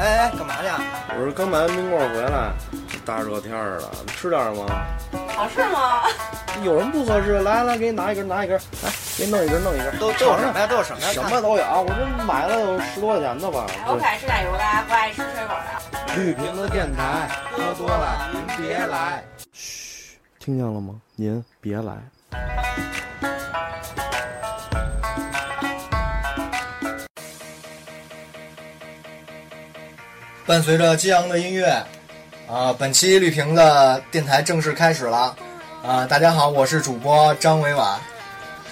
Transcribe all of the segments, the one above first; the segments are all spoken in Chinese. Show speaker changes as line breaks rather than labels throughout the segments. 哎
我说刚买完冰棍儿回来，大热天儿的，你吃点儿吗？
好吃吗？
有什么不合适？来来，给你拿一根，拿一根，来，给你弄一根，弄一根，
都都有
尝
什
尝
么。呀？都有什么呀？
什么都有，我这买了有十多块钱的吧。
我可爱吃奶油的，啊不爱吃水果的。
绿瓶子电台，喝多了您别来。
听见了吗？您别来。
伴随着激昂的音乐，啊，本期绿瓶的电台正式开始了。啊，大家好，我是主播张伟婉。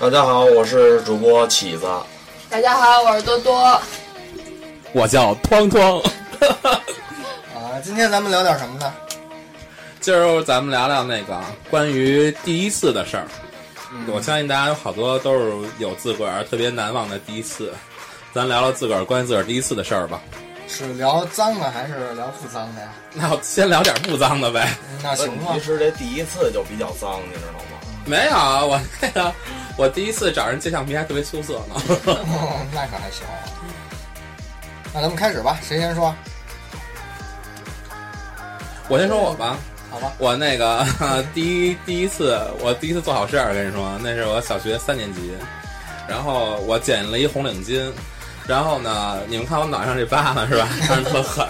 大家好，我是主播起子。
大家好，我是多多。
我叫汤汤，
啊，今天咱们聊点什么呢？
今儿咱们聊聊那个关于第一次的事儿。我相信大家有好多都是有自个儿特别难忘的第一次，咱聊聊自个儿关于自个儿第一次的事儿吧。
是聊脏的还是聊不脏的呀？
那我先聊点不脏的呗。
那行啊吧
其。实这第一次就比较脏，你知道吗？
没有，我那个我第一次找人借橡皮还特别羞涩呢。
哦， 那可还行。那咱们开始吧，谁先说？
我先说我吧，
好吧。
我那个 第一第一次，我第一次做好事儿，跟你说，那是我小学三年级，然后我剪了一红领巾，然后呢，你们看我脑上这疤了是吧？ 当然特狠，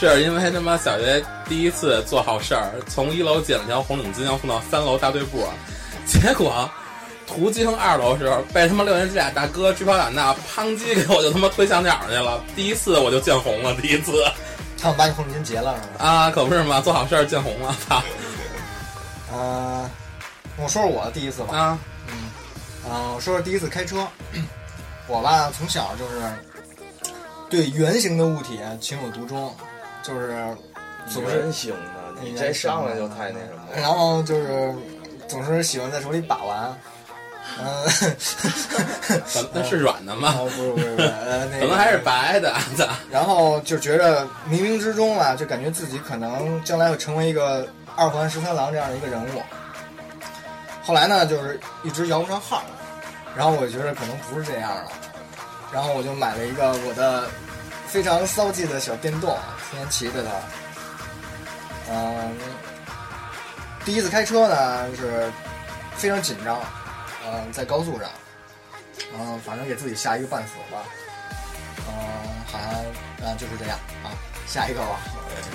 这是因为他妈小学第一次做好事儿，从一楼剪了条红领巾，要送到三楼大队部，结果。途经二楼时候，被他妈六人之俩大哥追跑打闹，砰叽给我就他妈推墙角去了。第一次我就见红了，第一次
他们把你红领巾截了是吗？
啊，可不是嘛，做好事儿见红了，操
呃，我说说我的第一次吧。
啊！
啊，我说说第一次开车。我吧，从小就是对圆形的物体情有独钟，就是总是
人行的，你这上来就太那什么 了。
然后就是总是喜欢在手里把玩。嗯、
咱那是软的
啊
吗？
哦
不是不是不是，呃，那个
可能还是白的，啊操！
然后就觉着冥冥之中啊，就感觉自己可能将来会成为一个二环十三郎这样的一个人物。后来呢，就是一直摇不上号，然后我觉得可能不是这样了，然后我就买了一个我的非常骚气的小电动，天天骑着它。嗯，第一次开车呢是非常紧张，嗯，在高速上，嗯，反正给自己吓一个半死吧。嗯，好像啊就是这样啊，下一个吧。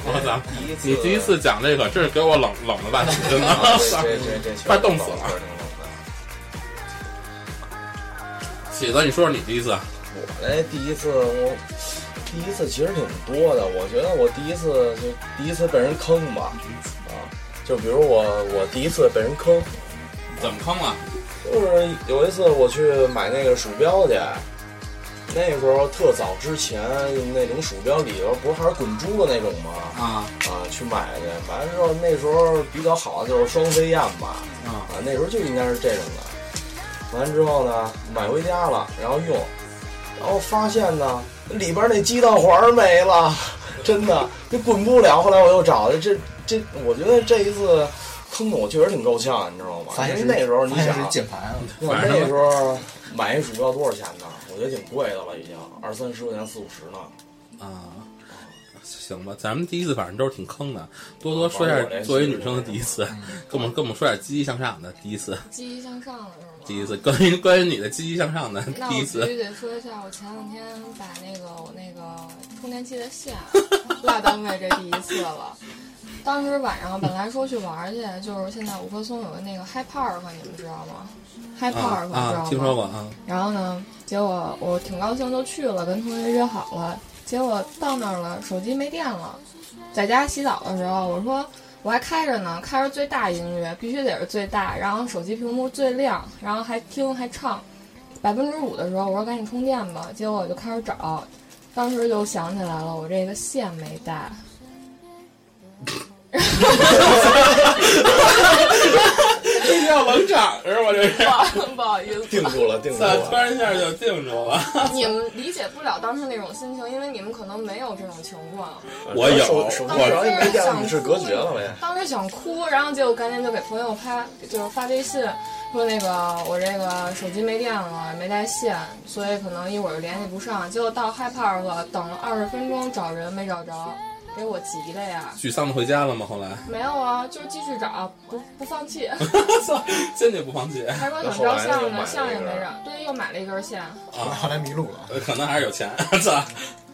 我操！
哦第一次，
你第一次讲这个，这是给我冷冷的半死 呢
啊， 这这这
快冻死了
确实挺冷的
喜子，你说说你第一次啊
我那第一次，我第一次其实挺多的。我觉得我第一次就第一次被人坑吧，啊，就比如我我第一次被人坑，
怎么坑了？
就是有一次我去买那个鼠标去，那时候特早之前那种鼠标里边不是还是滚珠的那种吗？
啊
啊，去买去，买完之后那时候比较好的就是双飞燕吧，
啊！
嗯
啊，那时候就应该是这种的。完之后呢，买回家了，然后用，然后发现呢里边那鸡蛋黄没了， 真的就滚不了。后来我又找的，这这我觉得这一次坑的我确实挺够呛，你知道吗？
发现是
因为那时候你
发现
想
是键盘啊，
要
反正
那时候买一鼠标多少钱呢？我觉得挺贵的了，已经二三十块钱、四五十呢。
啊，行吧，咱们第一次反正都是挺坑的。多
哦
多说一下作为女生的第一次，
嗯
跟我们跟我们说点积极向上的第一次，
积极向上了是吗？
第一次关于关于你的积极向上的
那
第
我
一
必
次。
须得说一下，我前两天把那个我那个充电器的线啊落单位这第一次了。当时晚上本来说去玩儿去，就是现在五棵松有个那个 High Park，你们知道吗？High
啊
Park，、
啊，
你知
听
道
说
吗？
过啊，
然后呢，结果我挺高兴，都去了，跟同学约好了。结果到那儿了，手机没电了，在家洗澡的时候，我说我还开着呢，开着最大音乐，必须得是最大，然后手机屏幕最亮，然后还听还唱，百分之五的时候，我说赶紧充电吧。结果我就开始找，当时就想起来了，我这个线没带。
这叫冷场是吗？这 是。
不好意思，
定住了，定住
操！突
了。
然一下就定住了，
你们理解不了当时那种心情，因为你们可能没有这种情况。
呃我有
手手机
我呃
只要一没电了，与世隔绝了呗。
当时想哭，然后结果赶紧就给朋友发，就是发微信，说那个我这个手机没电了，没带线，所以可能一会儿就联系不上。结果到 High Park 等了二十分钟找人没找着，给我急的呀！
沮丧的回家了吗？后来，
没有啊，就是继续找，不不放弃，
操，坚决不放弃，
还光想照相呢，相也没找，对，又买了一根线，
后来迷路了。
呃可能还是有钱， 操，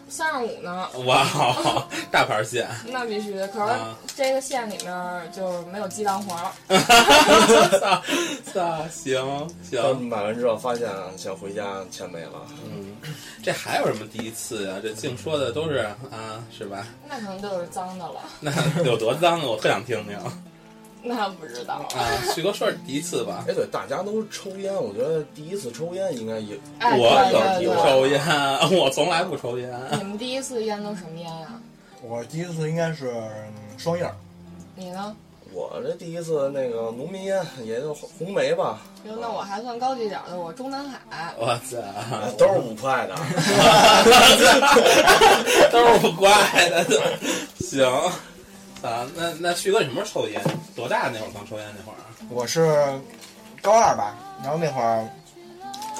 三十五呢，
哇哦，大牌线，
那必须的。可是
啊
这个线里面就没有鸡蛋黄，
操操，行
但
行，
买完之后发现想回家钱没了，
嗯，这还有什么第一次呀、这净说的都是啊，是吧？
那可能都是脏的了，
那有多脏啊？我特想听听
那不知道。
啊！旭哥说是第一次吧，
哎，对，大家都抽烟，我觉得第一次抽烟应该也
哎，
我
对
可
对
不
对，
抽烟，我从来不抽烟。
你们第一次烟都什么烟啊呀？
我第一次应该是嗯双叶儿，
你呢？
我这第一次那个农民烟，也就红梅吧，
哟，那我还算高级点儿的，我中南海，
我操！
都是五块的。
都是我怪的。行，啊，那那旭哥你什么时候抽烟？多大那会儿刚抽烟那会儿啊？
我是高二吧，然后那会儿，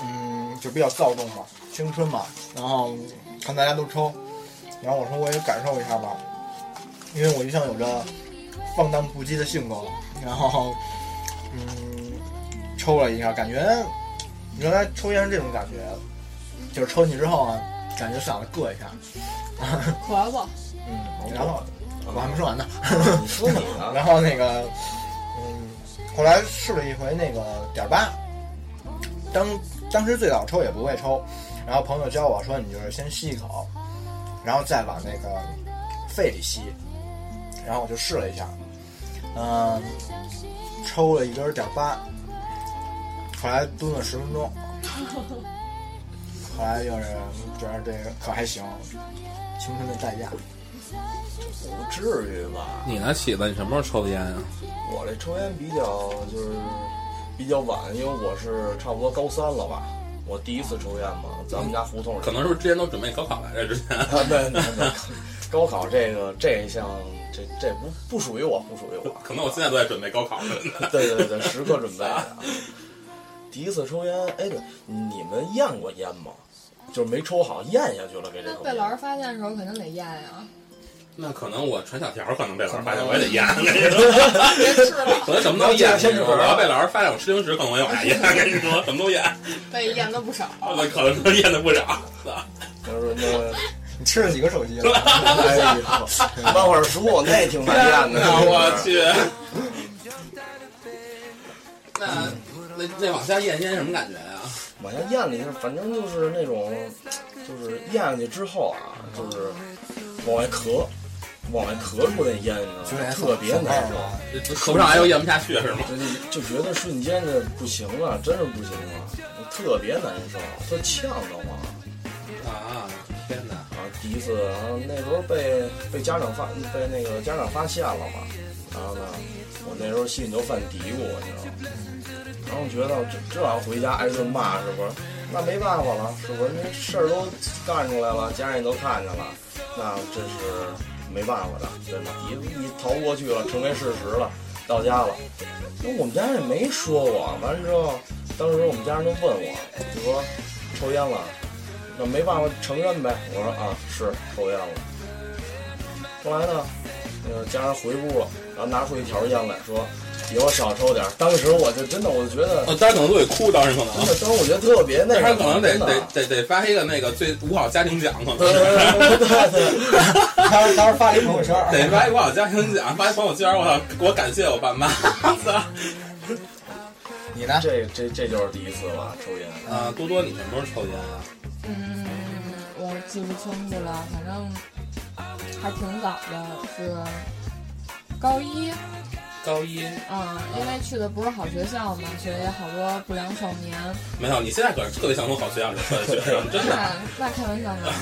嗯，就比较躁动嘛，青春嘛，然后看大家都抽，然后我说我也感受一下吧，因为我一向有着放荡不羁的性格，然后嗯，抽了一下，感觉原来抽烟是这种感觉，就是抽进去之后啊，感觉嗓子硌一下，
咳嗽，
嗯，然后我还没说完呢。
啊 你说你啊呢？
然后那个，嗯，后来试了一回那个点儿八，当当时最早抽也不会抽，然后朋友教我说，你就是先吸一口，然后再往那个肺里吸，然后我就试了一下，嗯，抽了一根点儿八，后来蹲了十分钟，后来就是觉得这个可还行，青春的代价。
不至于吧？
你呢，起子？你什么时候抽的烟啊？
我这抽烟比较就是比较晚，因为我是差不多高三了吧，我第一次抽烟嘛，咱们家胡同里
可能是不是之前都准备高考来着，之前。
啊，没没没，高考这个这一项，这这不不属于我，不属于我。
可能我现在都在准备高考呢。
对对对，时刻准备的。第一次抽烟，哎，对，你们验过烟吗？就是没抽好，咽下去了，给这
那
口
被
烟。
老师发现的时候肯定得验啊呀。
那可能我传小条，可能被老师发现，我也得咽。跟你说，可能什么都咽。
那先吃
我要被老师发现我吃零食，可能我也往下咽。跟你说，什么都咽，
被验的不少。
那可能都咽的不少。
他说那
你吃了几个手机了？
哎呦，漫画书那挺难咽的。
那
是不是
我去。那那那往下咽烟什么感觉呀、
往下咽了一下，反正就是那种，就是咽下去之后啊，就是往外咳，往外咳出那烟呢，
觉得
特别难受。
哎
合不上来又咽不下去是吗？
就就觉得瞬间的不行了，真是不行了，特别难受，都呛得慌
啊，天哪！
啊！第一次，然后那时候被被家长发被那个家长发现了嘛，然后呢，我那时候心里就犯嘀咕，你知道吗？然后觉得这这要回家挨顿骂是不是？那没办法了，是不是？那事儿都干出来了，家人也都看见了，那真是没办法的，真的，一一逃不过去了，成为事实了。到家了，那我们家人也没说我。完了之后，当时我们家人就问我，就说抽烟了，那没办法承认呗。我说啊，是抽烟了。后来呢，那个家人回屋了，然后拿出一条烟来说，以后少抽点儿。当时我就真的，我就觉得，
呃，当时可能都得哭，当时可
真
能，
的，当时我觉得特别那
当
个，
时可能得
真的
得得得发一个那个最五好家庭奖，可能
对对对对对，
当时当时发了一朋友圈儿。
得发一五好家庭奖，发一朋友圈，我操，我感谢我爸妈。
你呢？
这这这就是第一次吧，抽烟。
啊，多多，你什么时候抽烟啊？
嗯，我记不清楚了，反正还挺早的，是高一。
高一
嗯，因为去的不是好学校嘛，所以好多不良少年。
没有，你现在可是特别像从好学校里出来的学生， 真的。
那那开玩 笑呢。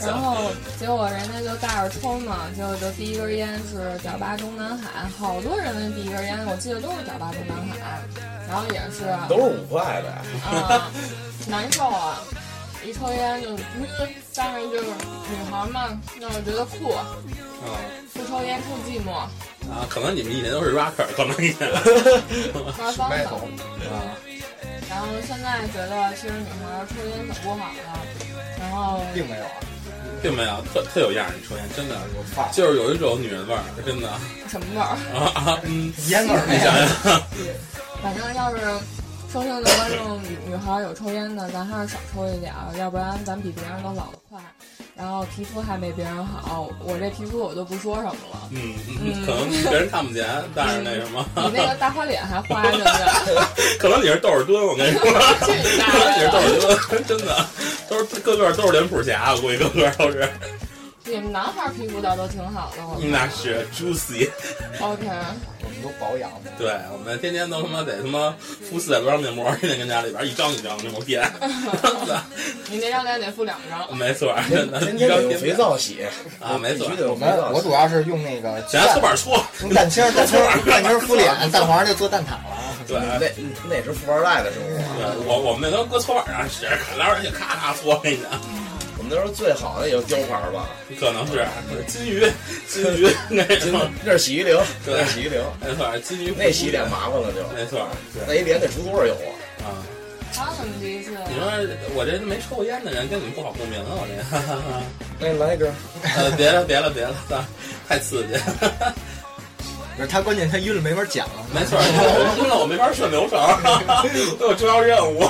然后结果人家就带着抽嘛，结果就第一根烟是点八中南海，好多人的第一根烟我记得都是点八中南海，然后也是
都是五块的，
啊，难受啊！一抽烟就嗯，但是就是女孩嘛，让我觉得酷，
嗯
不抽烟不寂寞，
啊，可能你们以前都是 rocker，可能以 前
玩方
麦
的
总。
啊，
然后现在觉得其实女孩抽烟挺不好的，然后
并没有啊。
并没有特特有样儿，你抽烟真的，
我操，
就是有一种女人味儿，真的
什么味儿？
啊啊嗯，
烟味儿
你想
没有。
想，
反正要是收听的观众女女孩有抽烟的，咱还是少抽一点儿，要不然咱比别人都老得快，然后皮肤还没别人好。我这皮肤我就不说什么了，
嗯，嗯可能别人看不见，但是那什么，
你那个大花脸还花着呢，
可能你是豆儿墩，我跟你说，
去你大
可能你
爷
是豆
的！
儿墩，真的都是个个都是脸谱侠，我估计个个都 是，
你们男孩皮肤倒都挺好的，我
你们俩是 juicy。嗯
OK，
我们都保养，
对，我们天天都他妈得他妈敷四百多张面膜，天天跟家里边儿一张一张那么垫，
你那张脸得付两 张。
没错儿，真的，
天
一
天
张
得
贴
有肥皂洗
啊，没错
必须，
儿
得
我
有肥
们
皂洗。
我主要是用那个
咱搓板搓，
用蛋清儿、蛋清儿、蛋清儿敷脸，蛋黄就做蛋挞了。
对。
啊那那是富二代的生活啊。
对我我们那都搁搓板上使，然后而且咔咔搓给你呢，
我们那时候最好的也就雕牌儿吧，
可能是金鱼，金鱼 那什么，
那是洗衣灵，
对
那是洗衣灵，
没错儿，金鱼
那洗脸麻烦了就，
没错儿，
那一脸得出多少油啊？
啊，
还有什么第一次？
你说我这没抽过烟的人跟你们不好共鸣啊，我这哈哈哈，
那来一根。
呃，别了别了别了，太刺激了。
不是他，关键他晕了没法讲了。
没错，我真的我没法顺流程，我有重要任务。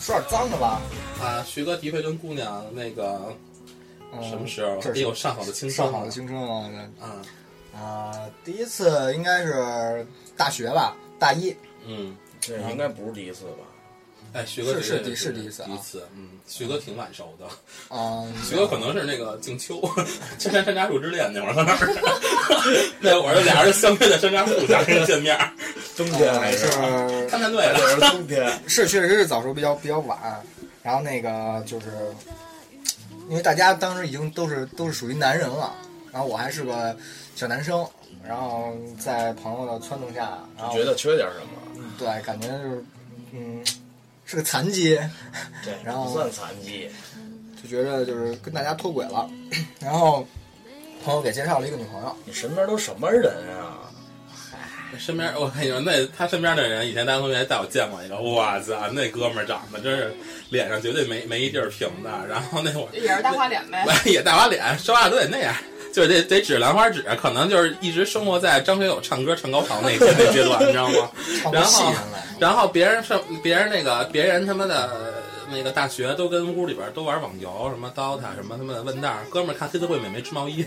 说点脏的吧。
啊，徐哥提培根姑娘那个
嗯
什么时候哎
这？是
得有哦上好的青春
上好的青春啊！这
啊，
啊，第一次应该是大学吧，大一。
嗯，
这应该不是第一次吧？
啊
哎，徐哥
是是
这个
是第一次啊
第一次，嗯，徐哥挺晚熟 的，
嗯，
徐哥可能是那个静秋 青山山楂树之恋那会儿， 那会儿俩人相约在山楂树下边见面儿，
冬天
呃
还是
是？
看看对
还
了，
是冬天？
是确实是早熟比较比较晚，然后那个就是因为大家当时已经都是都是属于男人了，然后我还是个小男生，然后在朋友的撺掇下，然后
觉得缺点什么？
对感觉就是嗯是个残疾，
对，
然后
不算残疾，
就觉得就是跟大家脱轨了，然后朋友给介绍了一个女朋友，
你身边都什么人啊？
身边我跟你说，那他身边的人以前大学同学带我见过一个，哇塞，那哥们儿长得真是脸上绝对没没一地儿平的，然后那会儿
也是大花脸呗。
也大花脸，说话都得那样，就是得得指兰花指，可能就是一直生活在张学友唱歌唱高潮那一 那阶段，你知道吗？
唱不
然
戏
后
人来，
然后别人上别人那个别人他妈的呃那个大学都跟屋里边都玩网游，什么 DOTA 什么他妈的问道，哥们儿看黑社会美眉织 毛衣，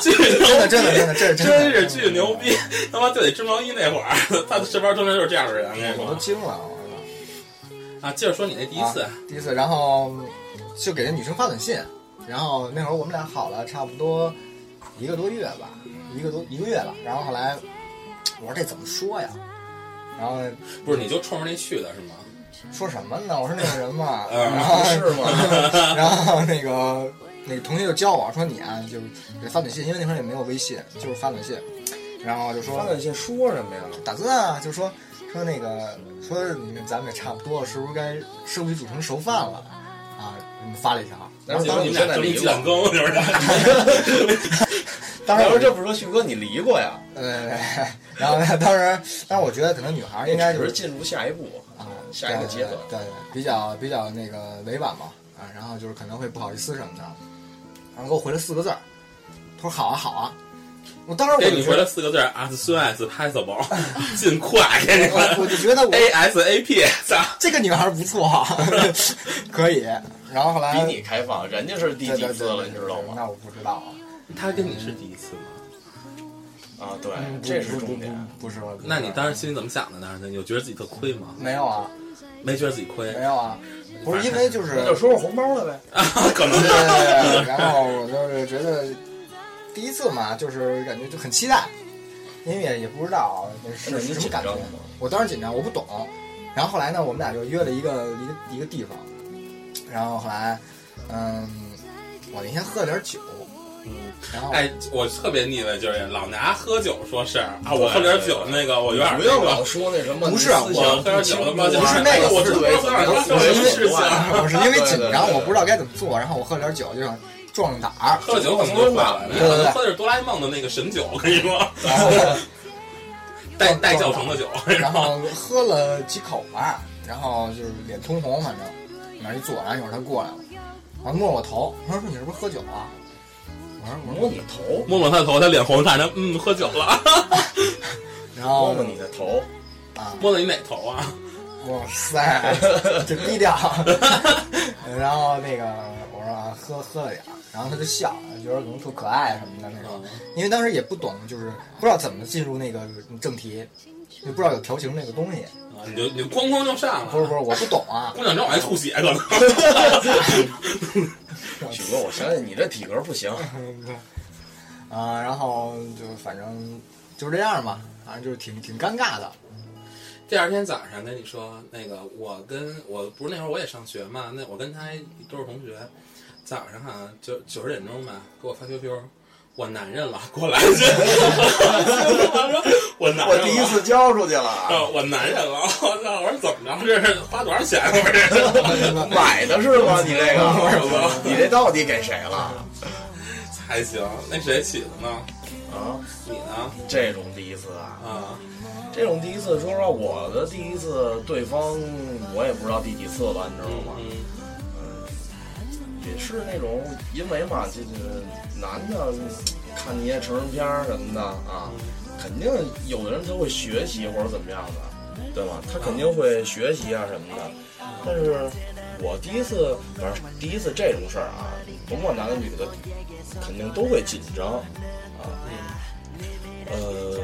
巨牛
真的
逼
真的真的这是
真
真
是
的
巨牛逼，他妈就得织毛衣那会儿，他身边真的就是这样的人，我跟你
我都
说
惊了，我操
啊，接着说你那第一次，
啊第一次，然后就给这女生发短信，然后那会儿我们俩好了差不多一个多月吧，一个多一个月吧，然后后来我说这怎么说呀？然后
不是你就冲着那去的是吗？
说什么呢？我是那个人嘛，
嗯
然后
不 是吗？
然后那个那个同学就教我说你啊，就是给发短信，因为那会儿也没有微信，就是发短信，然后就说
发短信说什么呀？
打字啊，就说说那个说你们咱们也差不多了，是不是该生米煮成熟饭了啊？你们发了一条，然后
结果
当
你
时
们俩争一鸡蛋羹，就是
当时
要
我就
不这么说，旭哥你离过呀？
呃， 然后呢，当时，但是我觉得可能女孩儿应该就
只是
是
进入下一步，
啊，
下一个阶段
对对对，比较比较那个委婉嘛，啊，然后就是可能会不好意思什么的，然后给我回了四个字儿，他说好啊好啊，我当时我就
给哎你
觉
回了
得，
四个字儿啊 as soon as possible，尽快给
哎
你
我
回
我 就觉得我
A S A P，操！
这个女孩儿不错啊， 可以，然后后来
比你开放，人家是第
对
几
对
次
对
了，
对
你知道吗？
那我不知道啊，
他跟你是第一次吗？
啊，对
嗯，
这是
不
重点。
不不是我不知道
那你当时心里怎么想的？当时有觉得自己特亏吗？
没有啊，
没觉得自己亏
没有啊，不是因为就是
那就说说红包了呗。
啊？可能是
对，然后我就是觉得第一次嘛，就是感觉就很期待，因为也也不知道是
你
是什么
紧
感
张
觉
吗。？
我当时紧张，我不懂。然后后来呢，我们俩就约了一个一个一个地方，然后后来，嗯，我那天喝了点酒，然后
哎，我特别腻歪，就是老拿喝酒说事儿啊！我喝点酒那个，我有点
不要老说那什么，
不是啊
你思想
我喝点酒他妈就
不是那个
我知道我喝点酒
我是
有什么事情？
我啊是因为紧张，
对对对对
我不知道该怎么做，然后我喝了点酒就想壮壮胆儿，
喝了酒可能就坏了，
对对对
喝的是哆啦 A 梦的那个神酒，我跟你 说，
然后
带带 教程的酒。
然后喝了几口吧，然后就是脸通红，反正，那儿一坐，然后一会儿他过来了，然后摸我头，他说你是不是喝酒啊？我说我
摸
说，
你头，
摸摸他的头，他脸红，但是他嗯喝酒了，
然
嗯摸
后
摸你的头，
啊，
摸到你哪头啊？
哇塞，就低调。 然后那个我说啊，喝喝了点儿，然后他就笑，觉得可能特可爱什么的那
嗯
种。因为当时也不懂，就是不知道怎么进入那个正题，也不知道有调情这个东西。
啊，你就你就咣咣就上
不是
了。
不是，我不懂啊。
姑娘知道我还吐血可能，
许哥，我相信你这体格不 行，
啊、然后就反正就是这样吧，反正就是挺挺尴尬的。
第二天早上跟你说，那个我跟我不是那会儿我也上学嘛，那我跟他一都是同学，早上好像九九十点钟吧，给我发 QQ，我男人了， 过来去，我说我男人
我
了，
第一次交出去
啊，
了，
我男人了，我操！我说怎么着？这是花多少钱啊？我这
买的是吗？你这个
我，
你这到底给谁了？
还行，那谁起的呢？
啊，
你呢？
这种第一次啊，
啊，
这种第一次，说实话，我的第一次，对方我也不知道第几次了，你知道吗？
嗯，
也是那种，因为嘛，这个男的看那些成人片儿什么的啊，肯定有的人他会学习或者怎么样的，对吧？他肯定会学习啊什么的。但是我第一次，反正第一次这种事儿啊，甭管男的女的，肯定都会紧张啊。呃，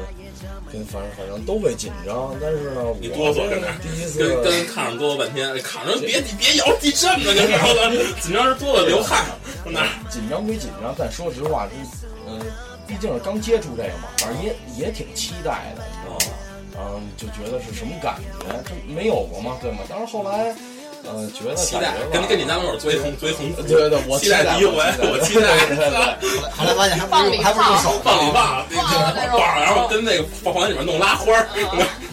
跟反正反正都会紧张，但是呢，我
你哆嗦着呢
这第一，次
跟跟炕上哆嗦半天，炕上别你别摇地震呢，你知道吗？紧张是哆嗦流汗，哪儿？
紧张归紧张，但说实话，这嗯，毕竟是刚接触这个嘛，反正也也挺期待的，你知道
哦
吗？嗯，就觉得是什么感觉，这没有过嘛，对吗？但是后来，呃，觉得
期
感
待
觉吧
跟跟你男朋友追红追红，
对对对，我
期待第一回，我期待。
后来发现还不是还不是一手
放礼棒，
哇那种嗯
棒，然后跟那个房间里面弄拉花儿，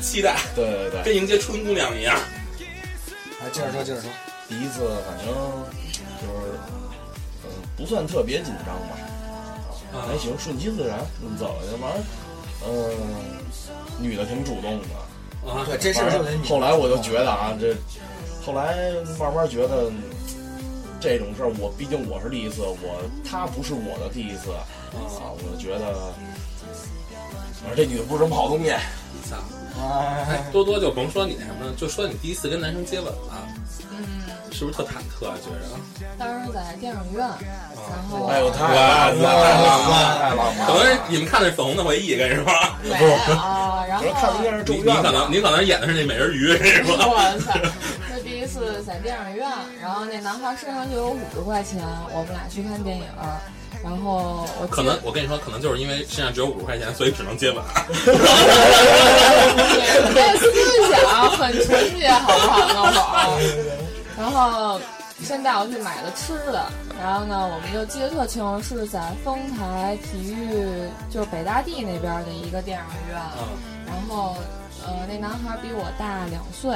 期待
对对对对，
跟迎接春姑娘一样。
啊，接着说接着说，
第一次反正就是，嗯，不算特别紧张吧，
啊
还行，顺其自然，嗯走着玩儿，嗯，女的挺主动的。
啊，
对，这事儿就得你。
后来我就觉得啊，这后来慢慢觉得嗯这种事儿，我毕竟我是第一次，我她不是我的第一次啊，
嗯
我就觉得，反正这女的不是什么好东西。
操！
啊，
哎，多多就甭说你那什么了，就说你第一次跟男生接吻了，
嗯，
是不是特忐忑啊？觉着
当时在电影院，然后
哎呦，太浪漫啊了，太浪漫
可能
了！
是你们看的是《粉红的回忆》，跟你说，
没啊，然
可能看的应该
后
是
你
咒
你
怨
可
吧
能，你可能演的是那美人鱼，跟你 说，
我操，这第一次在电影院，然后那男孩身上就有五十块钱，我们俩去看电影，然后我
可能我跟你说，可能就是因为身上只有五十块钱，所以只能接吻。
这思想啊很纯洁，好不好，老宝？然后先带我去买了吃的，然后呢，我们就记得特清，是在丰台体育，就是北大地那边的一个电影院。
嗯
然后，呃，那男孩比我大两岁，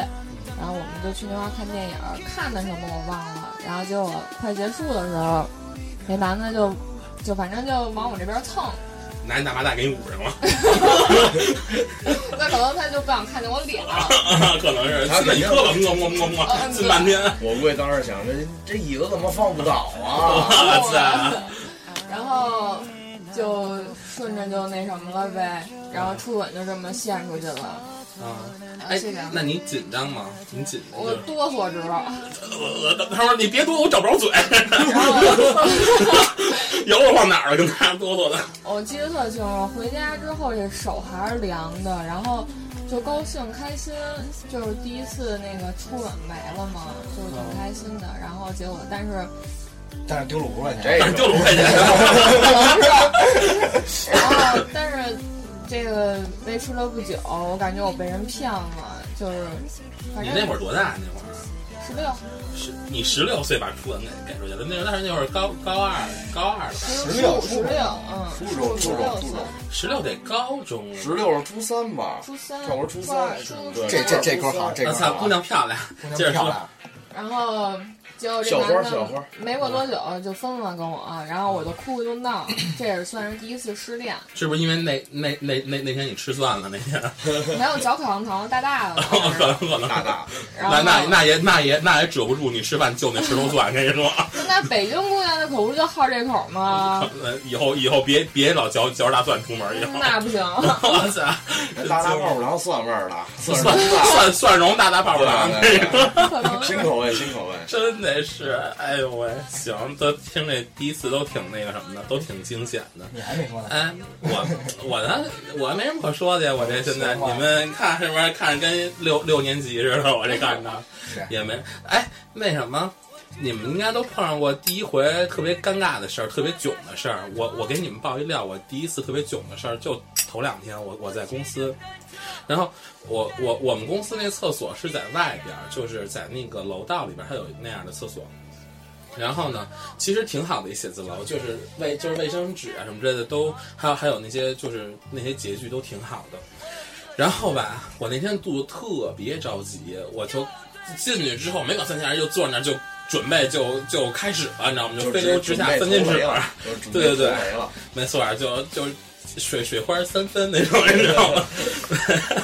然后我们就去那块儿看电影，看的什么我忘了。然后结果快结束的时候，那男的就就反正就往我这边蹭，
拿你大麻袋给你捂上了，
那可能他就不想看见我脸了。
可能是亲了一磕吧，么么么么，亲半天，啊
我估计当时想，这这椅子怎么放不倒啊？
哇塞！
然后就顺着就那什么了呗，然后初吻就这么献出去了。
啊，
然后
哎
这个，
那你紧张吗？你紧张就
我
是？
哆嗦着，
呃，他说你别多，我找不着嘴，
然后
有我放哪儿了？跟他哆嗦的。
我记得特清楚，回家之后这手还是凉的，然后就高兴开心，就是第一次那个初吻没了嘛，就是挺开心的。然后结果但是
但是丢了五十块钱。
这
但是就
个
五块钱，
然后，但是这个维持了不久，我感觉我被人骗了，就是反
你
正
那会儿多大？啊那会儿
十六
十，你十六岁把初吻给给出去的，那时候但是那会儿高高二高二了吧，
十五十六，嗯，
初中
十
初
六
中初
岁
中，
十六得高中了。
十六是初三吧？
初三，
差不多初三
初
对
这这这歌好，这
我
歌
啊操，
好，
姑娘漂亮
姑，娘
接着
漂
说。
亮，
然后结果这
小
男
花
的
儿小花儿
没过多久就分了跟我，啊然后我就哭就 闹，这也是算是第一次失恋，
是不是因为那那那那那天你吃蒜了那 天？
没有嚼口香糖，大大的
可能可能
大 大，
然后
那那那也那也那也遮不住你吃饭就那石头蒜，跟你说，
就那北京姑娘那口不就好这口 吗？
呃以后以后别别老嚼嚼着大蒜出门以后。
那 不行，
我操，
嗯大大泡泡糖蒜味儿的， 蒜蓉的，
蒜蒜蒜蓉大大泡泡糖，
对
这
对
个
可能
新口味，新口味。
真的是，哎呦喂，行，都听这第一次都挺那个什么的，都挺惊险的。
你还没说呢。
哎，我我呢，我没什么可说的呀，我这现在你们看是不是看着跟六六年级似的？我这看着
是
也没哎，那什么，你们应该都碰上过第一回特别尴尬的事儿，特别囧的事儿。我我给你们爆一料，我第一次特别囧的事儿就头两天，我我在公司，然后我我我们公司那厕所是在外边儿，就是在那个楼道里边儿，它有那样的厕所。然后呢，其实挺好的一写字楼，就是卫就是卫生纸啊什么之类的都，还有还有那些就是那些洁具都挺好的。然后吧，我那天肚子特别着急，我就进去之后没搞三下，就坐那儿就准备就就开始了，你知道吗？就飞流直下三千
准备
尺，对对
投
对
雷了，
没错儿，就就水水花三分那种，你知道吗？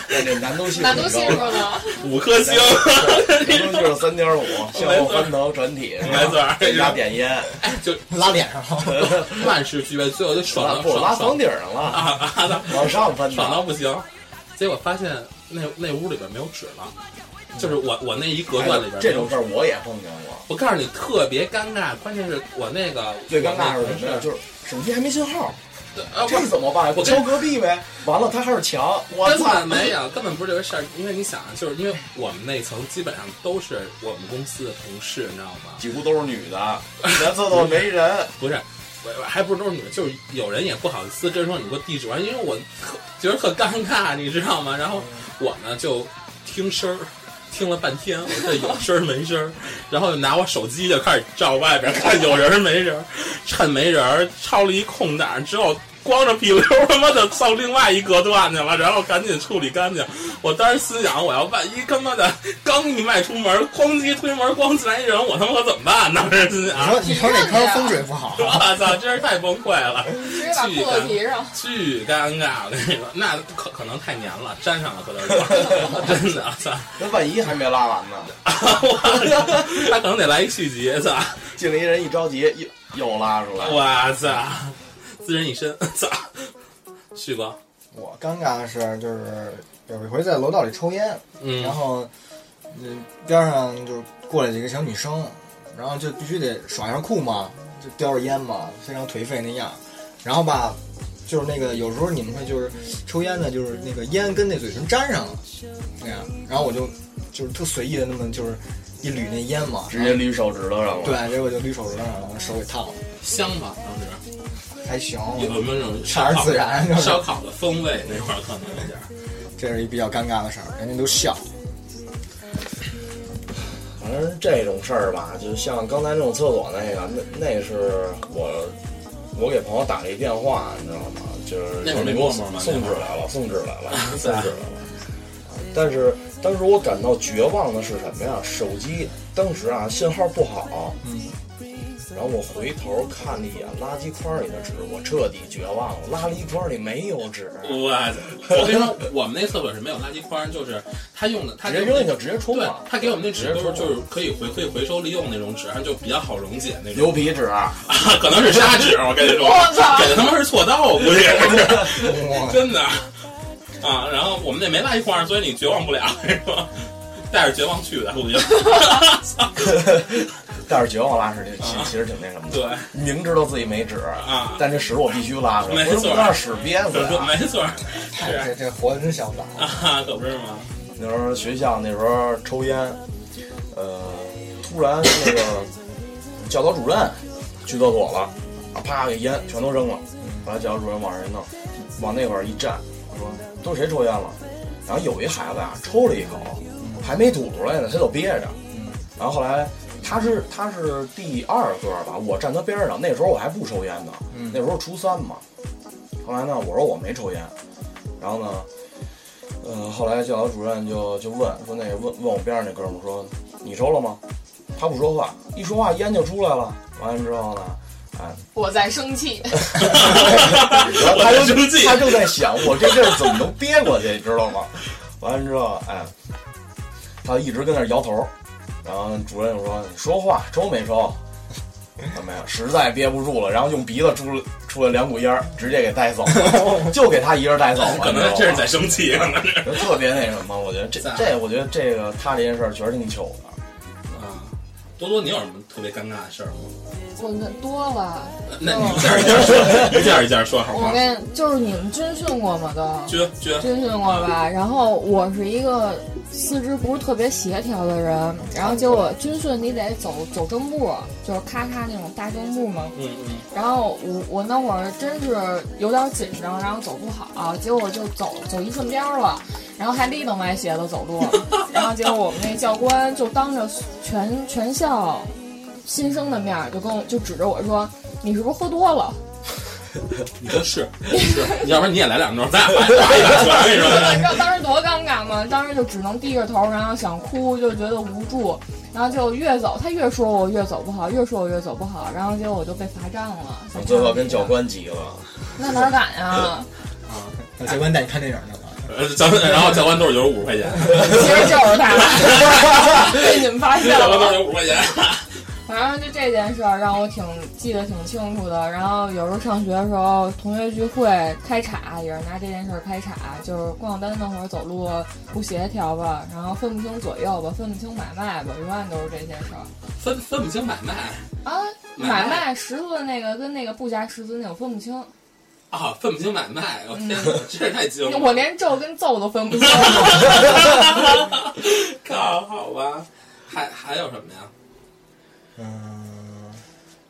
对这难度系数
那都信
很
数
高，
了。
五颗星，
难度系数三点五，向后翻腾转体，
没错儿
再加点 烟，
哎，就
拉脸上了，
万事俱备，最后就爽
拉
了，
不拉房
爽爽
顶上了，
啊！啊
往上翻
爽到
腾，
不行。结果发现那那屋里边没有纸了，就是我我那一隔断里边没有纸、
哎这种事儿我也碰见过。
我告诉你特别尴尬，关键是我那个
最尴尬是什么呀？
是
就是手机还没信号，
啊
这怎么办？
我
敲隔壁呗。完了，他还是墙，我
根
操！
本没有，根本不是这个事儿。因为你想，啊就是因为我们那层基本上都是我们公司的同事，你知道吗？
几乎都是女的，男厕所没人，
不是，我还不是都是女的，就是有人也不好意思真说你给我地址完，因为我特觉得特尴尬，你知道吗？然后我呢就听声儿。听了半天，我这有声儿没声儿，然后就拿我手机就开始照外边看有人儿没人儿，趁没人儿抄了一空档之后，光着屁股溜儿他妈的到另外一隔断去了，然后赶紧处理干净。我当时心想，我要万一他妈的刚一迈出门，咣叽推门，咣进来一人，我他妈可怎么办呢？当时心
你
想，
说你说哪坑风水不好？ 啊
我操，真是太崩溃了，
直接把裤子提上，
巨尴尬！我跟你说，那可可能太黏了，粘上了可 能是，真的，操！
那万一还没拉完呢？
我他可能得来一续集，操！
进来一人一着急，又又拉出来。
我操，自人一身，操！旭哥，
我尴尬的是，就是有一回在楼道里抽烟，
嗯
然后，嗯，边上就过来几个小女生，然后就必须得耍一下酷嘛，就叼着烟嘛，非常颓废那样。然后吧，就是那个有时候你们会就是抽烟的，就是那个烟跟那嘴唇粘上了那样，然后我就就是特随意的那么就是一捋那烟嘛，
直接捋手指头上了。
对，结果就捋手指头上了，把手给烫了，
香吧，当
还行，
时有没有那种
反而自然就是
烧烤的风味那块儿可能有点儿。
这是一比较尴尬的事儿，人家都笑。
反正这种事儿吧，就像刚才那种厕所那个，那那是我我给朋友打了一电话，你知道吗？就是
那会儿没
给
陌
我
陌吗
送
那
纸
会儿
来了， 送纸来了，
是
送
啊
纸 来了。但是当时我感到绝望的是什么呀？手机当时啊信号不好，
嗯，
然后我回头看了一眼垃圾筐里的纸，我彻底绝望了，垃圾筐里没有纸，
我我跟你说，我们那厕所是没有垃圾筐，就是他用的，他
直接扔进去直接冲
对
了，。
他给我们那纸都是
直接
就
冲
是可以回可以回收利用那种纸，还就比较好溶解那种。
牛皮纸，
啊可能是砂纸，我跟你说，给的他妈是错道，我估计 是真的啊。然后我们那没垃圾筐，所以你绝望不了， 是吧？带着绝望去的，估计。
但是绝望拉屎其其实挺那什么的。
啊对，
明知道自己没纸
啊
但这屎我必须拉出来，
没
不是
错
不让屎憋死
可不，
啊。
没错，是
这这活的真想不了。
啊，可不是吗？
那时候学校那时候抽烟，呃，突然那个教导主任去厕所了，啊，啪给烟全都扔了，完了教导主任往上一弄，往那块儿一站，我说都谁抽烟了？然后有一孩子啊抽了一口，还没吐出来呢，他就憋着，然后后来。他是他是第二个吧，我站他边上，那时候我还不抽烟呢，那时候初三嘛。后来呢，我说我没抽烟，然后呢，呃，后来教导主任就就问说那个问问我边上那哥们儿说你抽了吗？他不说话，一说话烟就出来了。完了之后呢，哎，
我在生气，
然后他
我就生气
就他就在想，我这地儿怎么能憋过去，知道吗？完了之后，哎，他一直跟那儿摇头，然后主任就说：“你说话抽没抽？”啊， 没有，实在憋不住了，然后用鼻子出了出了两股烟儿，直接给带走了，就给他一人带走了。
可
你知道
能
吗
这是在生气，可能是
就特别那什么，我觉得这
在
这，我觉得这个他这件事儿确实挺糗的。
啊。多多，你有什么特别尴尬的事儿吗？
我们多了。
那你一件一件说，一件一件说好
我
吗？
跟你就是你们军训过吗？都
撅撅，
军训过吧，然后我是一个四肢不是特别协调的人，然后结果军训你得走走正步，就是咔咔那种大正步嘛。
嗯嗯，
然后我我那会儿真是有点紧张，然后走不好，结果就走走一顺边儿了，然后还立蹬歪斜的走路，然后结果我们那教官就当着全全校新生的面儿就跟我就指着我说：“你是不是喝多了？”
你说是是，要不然你也来两桌，咱俩 打一打拳，我跟你
你
说。
知道当时多尴尬吗？当时就只能低着头，然后想哭，就觉得无助，然后就越走，他越说我越走不好，越说我越走不好，然后结果我就被罚站了。小
最后
张
跟教官急了，
那哪敢啊 呀？
那教啊官带你看电影去了。
呃教官，然后教官兜里就是五十块钱，
其实就是他，被你们发现
教官兜
了
里。有五十块钱。
反正就这件事儿让我挺记得挺清楚的。然后有时候上学的时候，同学聚会开岔也是拿这件事儿开岔，就是逛单那会儿走路不协调吧，然后分不清左右吧，分不清买卖吧，永远都是这些事儿。
分分不清买卖
啊，
买
买
卖
卖十字的那个跟那个不加十字那我分不清，
啊，分不清买卖，我天，这是太精了。
我连咒跟揍都 分不清。
靠，好吧，还还有什么呀？
嗯，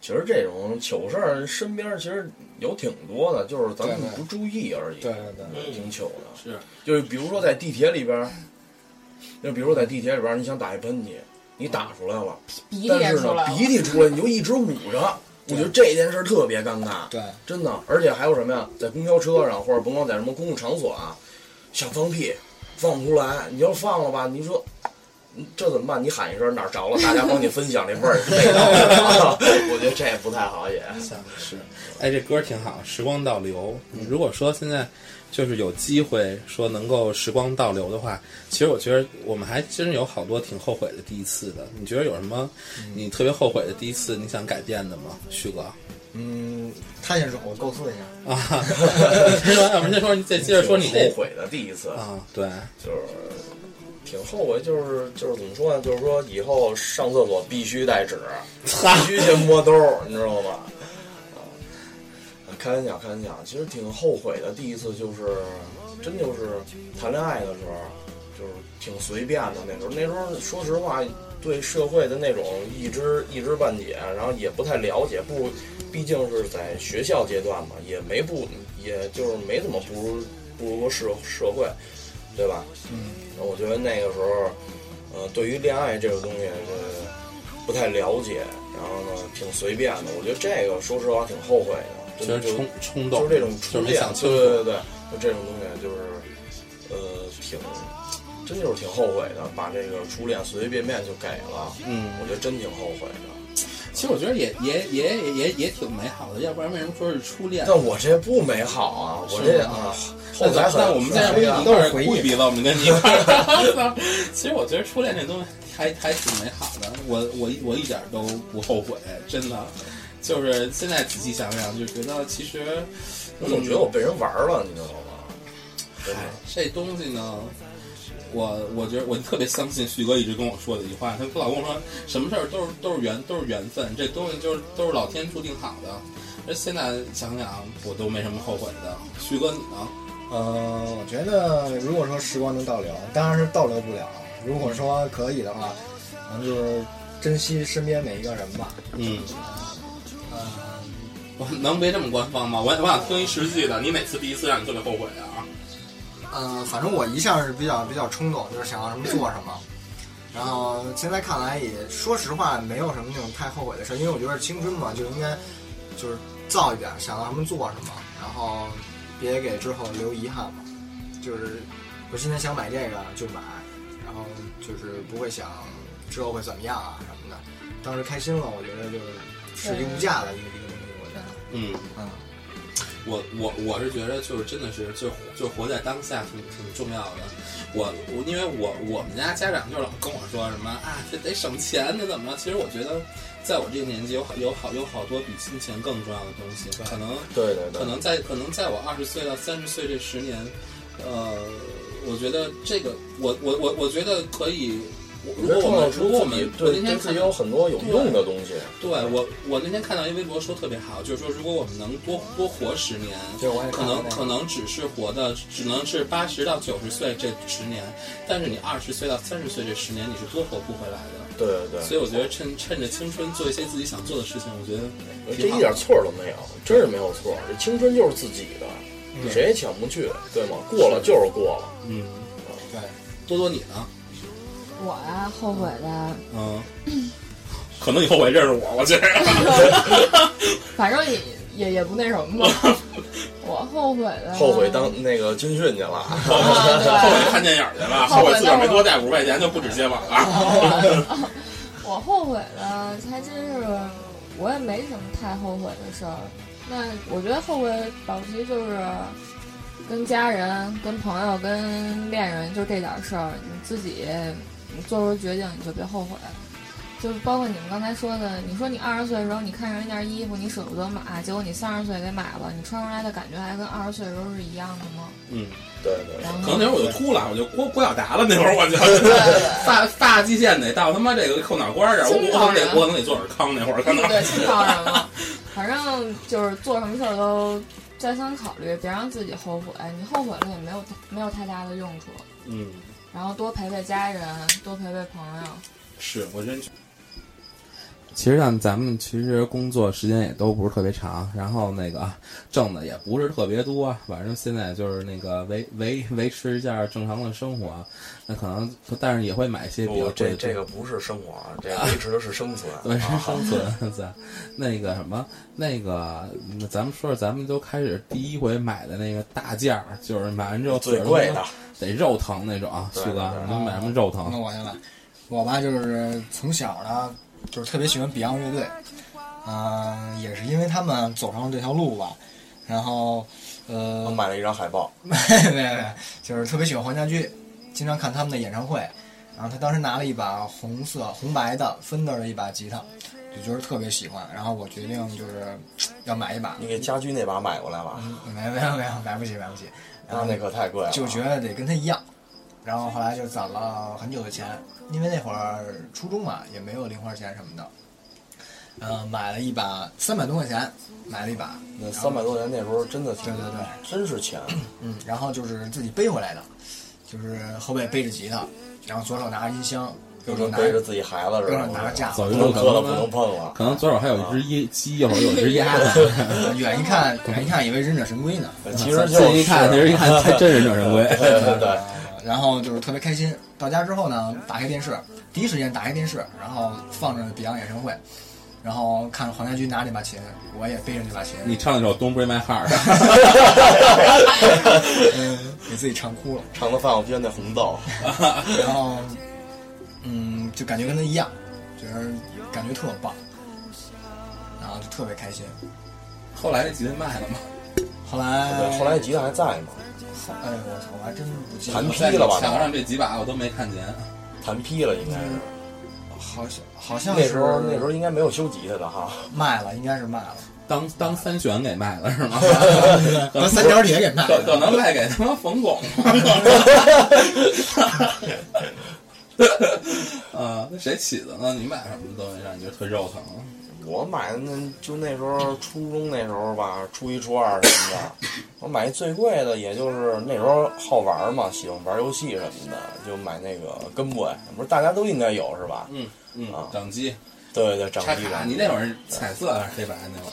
其实这种糗事儿身边其实有挺多的，就是咱们
对对
不注意而已，
对对对，
嗯
挺糗的。
是
就是比如说在地铁里边儿，就比如说在地铁里边儿，你想打一喷嚏，你打出来了，
鼻涕
但
也
是
出
呢
来，了
鼻，涕出来你就一直捂着。我觉得这件事儿特别尴尬，
对，
真的。而且还有什么呀，在公交车上或者甭管在什么公共场所啊，想放屁放不出来，你要放了吧，你说。嗯这怎么办？你喊一声哪儿着了，大家帮你分享这味儿味道。 我觉得这也不太好，也
是，哎，这歌挺好，《时光倒流》。如果说现在就是有机会说能够时光倒流的话，其实我觉得我们还真有好多挺后悔的第一次的。你觉得有什么你特别后悔的第一次你想改变的吗，旭哥？
嗯，他先说，我构思一下。
啊，先说，要不然先说，你再接着说你
挺
那
后悔的第一次，
啊，对，
就是挺后悔，就是就是怎么说呢？就是说以后上厕所必须带纸，必须先摸兜儿，你知道吗？啊，开玩笑，开玩笑，其实挺后悔的。第一次就是真就是谈恋爱的时候，就是挺随便的那时候。那时候说实话，对社会的那种一知一知半解，然后也不太了解，不。毕竟是在学校阶段嘛，也没步，也就是没怎么步入步入过社社会，对吧？嗯，我觉得那个时候，呃，对于恋爱这个东西，呃，不太了解，然后呢，挺随便的。我觉得这个说实话挺后悔的，
就
真的
是
就
冲冲动，
就是这种
就
初
是没
恋
想，清
对
楚。
对对对，就这种东西就是，呃，挺，真就是挺后悔的，把这个初恋随随便便就给了，
嗯，
我觉得真挺后悔的。
其实我觉得也也也也也挺美好的，要不然为什么说是初恋？
但我这不美好啊，我
是
这啊，
吗
后
那
台很
那我们现在
很
不
黑
是
暗
一块儿
回忆
互比了，我们跟你一块儿。 其实我觉得初恋这东西还还挺美好的，我我我一点儿都不后悔，真的。就是现在仔细想想，就觉得其实嗯
我总觉得我被人玩了，你知道吗？真的
哎，这东西呢，我我觉得我特别相信旭哥一直跟我说的一句话，他老跟我说什么事儿都是都是缘都是缘分，这东西就是都是老天注定好的。而现在想想，我都没什么后悔的。旭哥，你呢？
呃，我觉得如果说时光能倒流，当然是倒流不了。如果说可以的话，咱们就是珍惜身边每一个人吧。
嗯，
呃，
我 能别这么官方吗？我我想听一实际的。你哪次第一次让你特别后悔啊？
呃，反正我一向是比较比较冲动，就是想要什么做什么。然后现在看来也，说实话没有什么那种太后悔的事，因为我觉得青春嘛，就应该就是造一点，想到什么做什么，然后别给之后留遗憾嘛。就是我今天想买这个就买，然后就是不会想之后会怎么样啊什么的。当时开心了，我觉得就是是一个无价的一个一个东西，我觉得，
嗯，
嗯，
我我我是觉得就是真的是就就活在当下挺挺重要的。我我因为我我们家家长就老跟我说什么啊，这得省钱，得怎么着？其实我觉得，在我这个年纪有好有好有好多比金钱更重要的东西，可能
对对对，
可能在可能在我二十岁到三十岁这十年，呃，我觉得这个我我我我觉得可以。我
我
如
觉得
果我
创造
们
出
如果我
自己
们我
对
那天
对自
看
己
到
有很多有用的东西，
对我，我那天看到一微博说特别好，就是说如果我们能多多活十年，
对我也看
可
到
能
那个
可能只是活的只能是八十到九十岁这十年，但是你二十岁到三十岁这十年你是多活不回来的。
对对对，
所以我觉得趁趁着青春做一些自己想做的事情，我觉得
这
挺
一
好
点错儿都没有，真是没有错儿。这青春就是自己的，谁也抢不去，对吗？过了就是过了。
嗯，
对。
多多你呢？
我呀、后悔的，
嗯，可能以后我也认识我，我觉得。
反正也也也不那什么吧。 我后悔的，
后悔当那个军训去了，
啊对
后悔看电影去了，后悔自个儿没多带五十块钱就啊不止接吻了。
我后悔的还真是，我也没什么太后悔的事儿。那我觉得后悔保不齐就是跟家人、跟朋友、跟恋人，就这点事儿，你自己你做出决定你就别后悔。就是包括你们刚才说的，你说你二十岁的时候，你看上一件衣服，你舍不得买，结果你三十岁给买了，你穿出来的感觉还跟二十岁的时候是一样的吗？
嗯。
对对对
然
可能
后
那会儿我就秃了，我就郭郭晓达了。那会儿我就 发发际线得到他妈这个扣脑瓜儿这儿，我
清
我
朝
可能
人
得我可能得做耳康那会儿可能。
对，青少人嘛，反正就是做什么事儿都再三考虑，别让自己后悔。哎你后悔了也没有没有太大的用处。
嗯，
然后多陪陪家人，多陪陪朋友。
是我真。其实像咱们其实工作时间也都不是特别长，然后那个挣的也不是特别多，反正现在就是那个维维维持一下正常的生活，那可能但是也会买一些比较
不，这
贵的
这个不是生活，这维持的是生存。
对，是
啊
生存。 咱那个什么，那个，那咱们说说，咱们都开始第一回买的那个大件儿，就是买完之后
最贵的，
得肉疼那种啊，旭
对
哥
对，
你买什么肉
那
疼？
我先来，我吧就是从小呢，就是特别喜欢 Beyond 乐队，嗯、也是因为他们走上了这条路吧，然后呃
我，买了一张海报，
没没没，就是特别喜欢黄家驹，经常看他们的演唱会。然后他当时拿了一把红色、红白的 Fender 的一把吉他，就觉得特别喜欢。然后我决定就是要买一把，
你给家居那把买过来吧，
嗯
没没有没有，买不起买不起。然
那
后
那可太贵了。
就觉得得跟他一样，然后后来就攒了很久的钱，因为那会儿初中嘛，也没有零花钱什么的，呃，买了一把三百多块钱，买了一把，
那三百多元那时候真的挺，
对对对
真是钱。
嗯，然后就是自己背回来的，就是后背背着吉他，然后左手拿着音箱，右
就
手
跟
拿
背着
着
自己孩子
右
似
手
的，
拿着架
走
子
一，
不
路
能
可
磕了，
能
不能碰了。
可能左手还有一只鸡鸡，
啊
右手有一 只鸭子。啊
远一看远一看以为忍者神龟呢，
其实就
近
是
一看，其实一看，还真是正神龟。
对对 对，
然后就是特别开心。到家之后呢，打开电视，第一时间打开电视，然后放着 Beyond 演唱会，然后看黄家驹拿着那把琴，我也背着那把琴，
你唱那首《Don't Break My Heart》，
嗯，给自己唱哭了。
唱的范晓萱那红豆，
然后，嗯，就感觉跟他一样，觉得感觉特棒，然后就特别开心。
后来那吉他卖了吗？
后
嗯
来，
对，后来吉他还在吗？
哎，我操，我还真不记
弹
我
得，
在
劈了吧
墙上这几把我都没看见。
弹劈了应该
嗯
是。
好像好像
那时候
是
那时候应该没有修吉他的哈，
卖了，应该是卖了，
当当三旋给卖了 是吗？
把三角铁给卖
可可
了。
能卖给他妈冯巩。 啊，那谁起的呢？你买什么东西让你觉得特肉疼？
我买的那就那时候初中那时候吧，初一初二什么的，我买最贵的也就是那时候好玩嘛，喜欢玩游戏什么的，就买那个根 boy，不是大家都应该有是吧？
嗯
啊
嗯，掌机
对对对，掌
插
机
卡，
的。
你那会儿彩色还是黑白？啊那会儿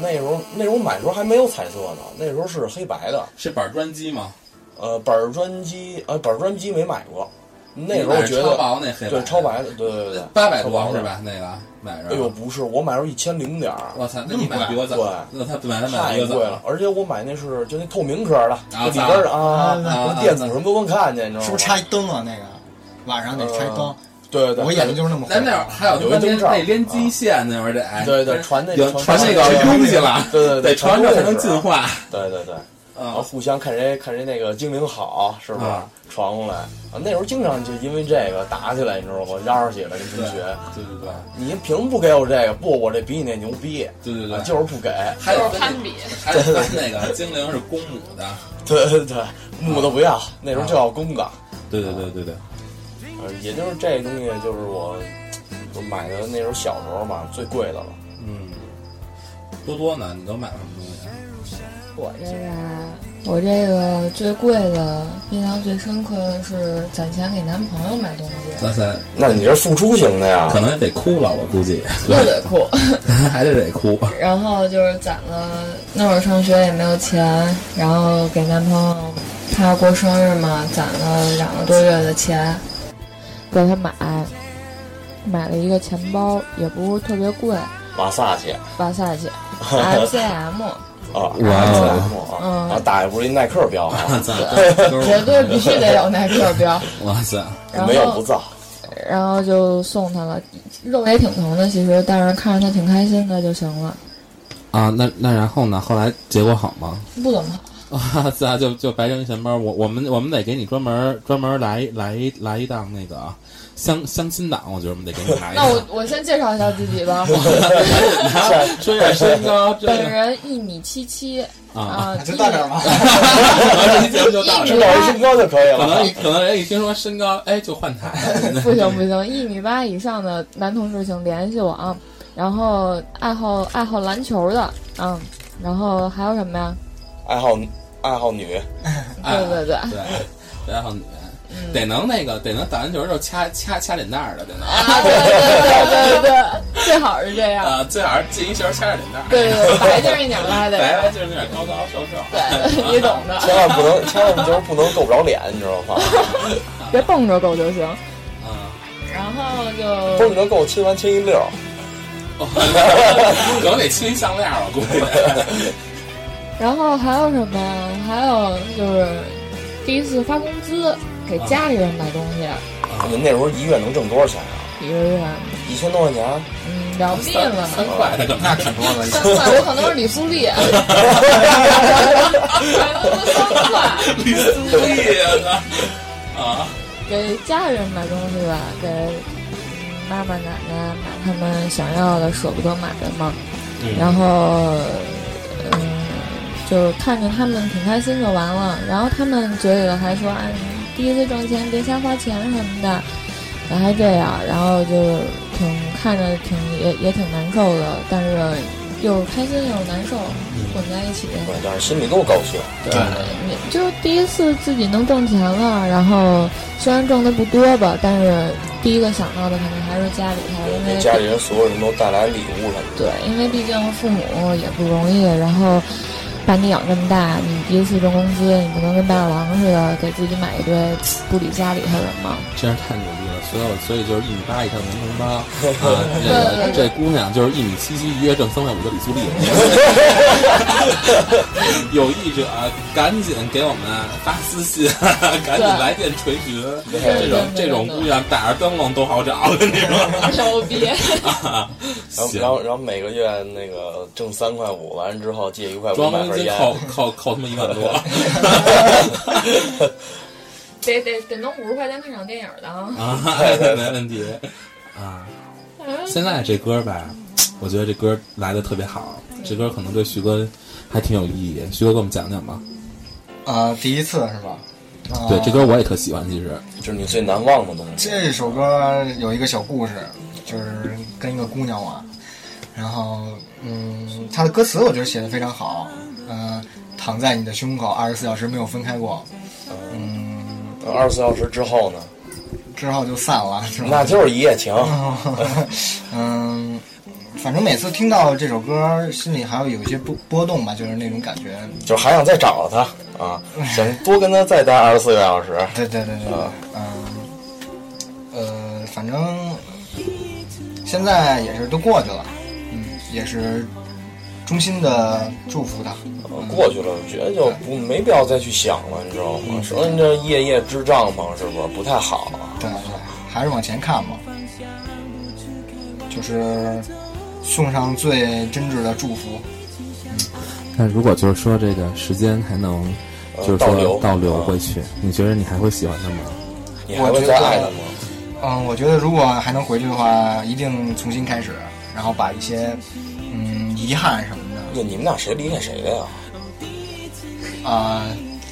那时候那时候买的时候还没有彩色呢，那时候是黑白的。
是板砖机吗？
呃，板砖机呃板砖机没买过，那时
你
候
买
觉
超
得
薄那黑白，
对超，白的，对对对，
八百
超薄
多
的
是？吧？那个买着。
哎呦，不是，我买的时候一千零点儿，
我操，那你买比我早，那他买他买
太
比我
贵
早
了，。而且我买那是就那透明壳的，就
啊
里边儿的
啊
啊，
啊
电子什么都能看见，你知道吗？
是不是插一灯啊？那个晚上得插一灯
呃，对对对，
我眼睛就是那么啊回
咱
事。
那会儿还有
有一
连
灯罩
得连基线，那会儿得
啊对对传那
有传那
传
个
那个
东西了，
对对对
得传完之后才能进化。
对对对，然后
嗯，
互相看谁看谁那个精灵好，是不是
啊
传过来？啊，那时候经常就因为这个打起来，你知道吗？嚷嚷起来跟同学，
对对对
你凭不给我这个，不，我这比你那牛逼，
对对
啊
对，
就是不给。
还有
就是攀比，
还有分那个精灵是公母的，
对对对，母的不要，那时候就要公
啊
的。
对对对对对，
呃，也就是这东西，就是我就买的那时候小时候嘛最贵的了。
嗯。多多呢？你都买了什么东西？啊
我这个，啊我这个最贵的、印象最深刻的是攒钱给男朋友买东西，
咱三
那你这付出型的呀
可？能得哭了，我估计
又得哭。
还得得哭。
然后就是攒了，那会儿上学也没有钱，然后给男朋友他过生日嘛，攒了两个多月的钱，给他买，买了一个钱包，也不是特别贵，
马萨啊去
巴萨去 FCM，
啊，
哇哦
啊，
嗯
然后打的不是一耐克标啊，
我操！
绝对必须得有耐克标。
哇塞！
然
没有不
后，
造。
然后就送他了，肉也挺疼的，其实，但是看着他挺开心的就行了，
啊，那那然后呢？后来结果好吗？
不怎么好。
哇塞，就就白扔钱包，我我们我们得给你专门专门来来来一档那个啊相相亲档，我觉得我们得给你来
哎
一
那 我
档。
我先介绍一下自 己吧，
说点身高，这
本人一米七七
啊，
啊，
就到这儿吧。
这期节目就到
一
这
知
儿。
米
道一
八
身高就可以
可
了。
能可能人一听说身高，哎，就换 台。
不行不行，一米八以上的男同事请联系我啊。然后爱好爱好篮球的，嗯，然后还有什么呀？
爱好爱好女，
哎
对对对，
对，然后得能那个得能打篮球的时候掐掐掐脸蛋儿的，得能
啊对对对对对，最好是这样，
啊，最好是进一球掐着脸蛋儿。
对对对，白净一点拉的，
白白 就是那点高高瘦瘦。
对，你懂的，
千万不能，千万就是不能够不着脸，你知道吗？
别蹦着狗就行。
嗯。
然后
不是
就
你能够亲完亲一溜儿，
哦
可能得亲项链儿，我估 计。
然后还有什么呀？还有就是第一次发工资给
啊
家里人买东西，
你那时候一月能挣多少钱啊？
一个月，
一千多块钱？啊
嗯，了不地了。
三块的可能
那挺多 的，
三块，我可能是李苏丽，啊买 了三块，
李思密啊，啊，
给家人买东西吧，给妈妈奶奶买他们想要的，舍不得买的嘛。然后，嗯，就看着他们挺开心就完了。然后他们嘴里头还说：“哎，你第一次挣钱别瞎花钱什么的。”然后还这样，然后就挺看着挺也也挺难受的，但是又开心又难受混在一起。
对，但是心里都高兴。
对，
你就是第一次自己能挣钱了，然后虽然挣的不多吧，但是第一个想到的肯定还是家里头，因
给
为
家里人所有人都带来礼物什么的。
对，因为毕竟父母也不容易，然后把你养这么大，你第一次挣工资，你不能跟大郎似的给自己买一堆不理家里头人嘛。
真是太牛逼了。所以我，所以就是一米八以上能承 包啊，这个这姑娘就是一米七七，一月挣三块五的 李素丽。有意者啊赶紧给我们发私信，啊 赶紧来电垂询。这种这种姑娘打着灯笼都 好找，我跟你说。
牛逼！
啊
然后，
行
然。后，然后每个月那个呃挣三块五，完了之后借一块五
装
买
公
份
斤
烟。
扣扣扣他妈一万 多，
得得得能五十块钱看场电影的啊！
啊， 没问题啊。现在这歌吧，我觉得这歌来的特别好，这歌可能对徐哥还挺有意义。徐哥给我们讲讲吧。
啊，第一次是吧？啊
对，这歌我也特喜欢，其实
就是你最难忘的东西。
这首歌有一个小故事，就是跟一个姑娘玩，然后嗯，她的歌词我觉得写的非常好，嗯、躺在你的胸口，二十四小时没有分开过，嗯，
二十四小时之后呢？
之后就散了，是吧？
那就是一夜情。
嗯，反正每次听到这首歌，心里还会有一些波波动吧，就是那种感觉。
就是还想再找他啊，想多跟他再待二十四个小时。
对对对对对
啊，
嗯，呃，反正现在也是都过去了，嗯，也是衷心的祝福他。
呃过去了，我觉得就不没必要再去想了，你知道吗？说你这夜夜之帐嘛，是不是不太好啊？
对对，还是往前看吧。就是送上最真挚的祝福。
那如果就是说这个时间还能，
呃
就是
倒
说
流
倒流
啊
嗯
回去，你觉得你还会喜欢他吗？
你还会再爱他吗？
嗯，我觉得如果还能回去的话，一定重新开始，然后把一些嗯遗憾什么的
那你们俩谁离开谁的呀？
啊、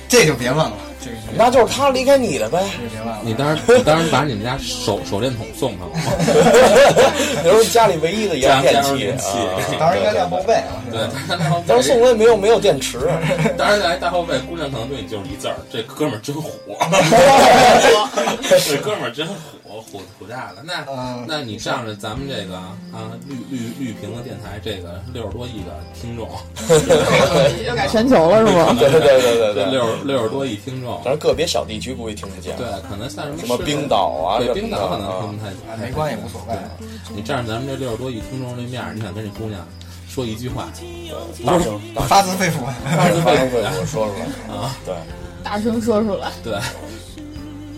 这就别问了，这个就
那就是他离开你的呗。
这个别问了。
你当时你当时把你们家手手电筒送他了吗？
你说家里唯一的也是电
家里
器
电器，
啊
当时应该晾后背啊，我觉得
对，
当时送来没有没有 电池，
当时来大后背，姑娘可能对你就是一字儿，这哥们儿真 虎， 这哥们儿真虎，虎虎大了。那、
嗯
那你仗着咱们这个啊绿绿绿屏的电台，这个六十多亿的听众，
又 改全球了是吗？
对对对 对对
这
对。
六十六十多亿听众，
但是个别小地区估计听不见，
对，可能像什么
什么
世界
冰岛啊
对
什么的
冰岛可能听不太
啊没关系，无所谓了。
对你仗着咱们这六十多亿听众这面儿，你想跟这姑娘说一句话，
大声大
发自肺腑。
声大声对我说出来
啊，
对，
大声说出来，
对，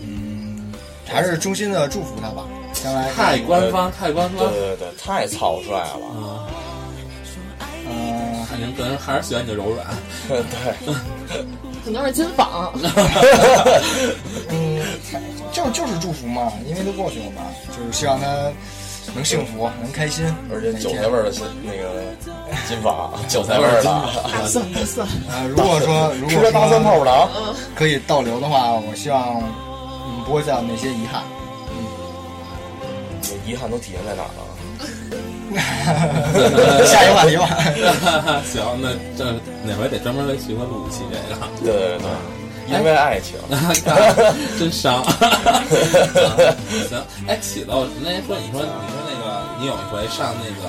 嗯，还是衷心的祝福他吧，将来
太官方，太官
对
方。
对对，太草率了，
啊，
嗯、
看您个人还是喜欢你的柔 软，
对，
可能是金纺，
嗯，就就是祝福嘛，因为都过去了嘛，就是希望他能幸福，能开心，
而且韭菜味儿的金那个金发，
韭
韭
菜
菜
味
味
儿
儿
的
的，
啊，算了算了，
啊、如果说如
吃
果
着大蒜泡
说
泡糖，
可以倒流的话，我希望嗯不会再有那些遗憾。
这遗憾都体现在哪儿了？
下一个话题吧。
行，那这哪回得专门为徐哥录一期这个。
对对对，因为爱情，
真伤。行，哎，起了，我那天说你说你说那个你有一回上那个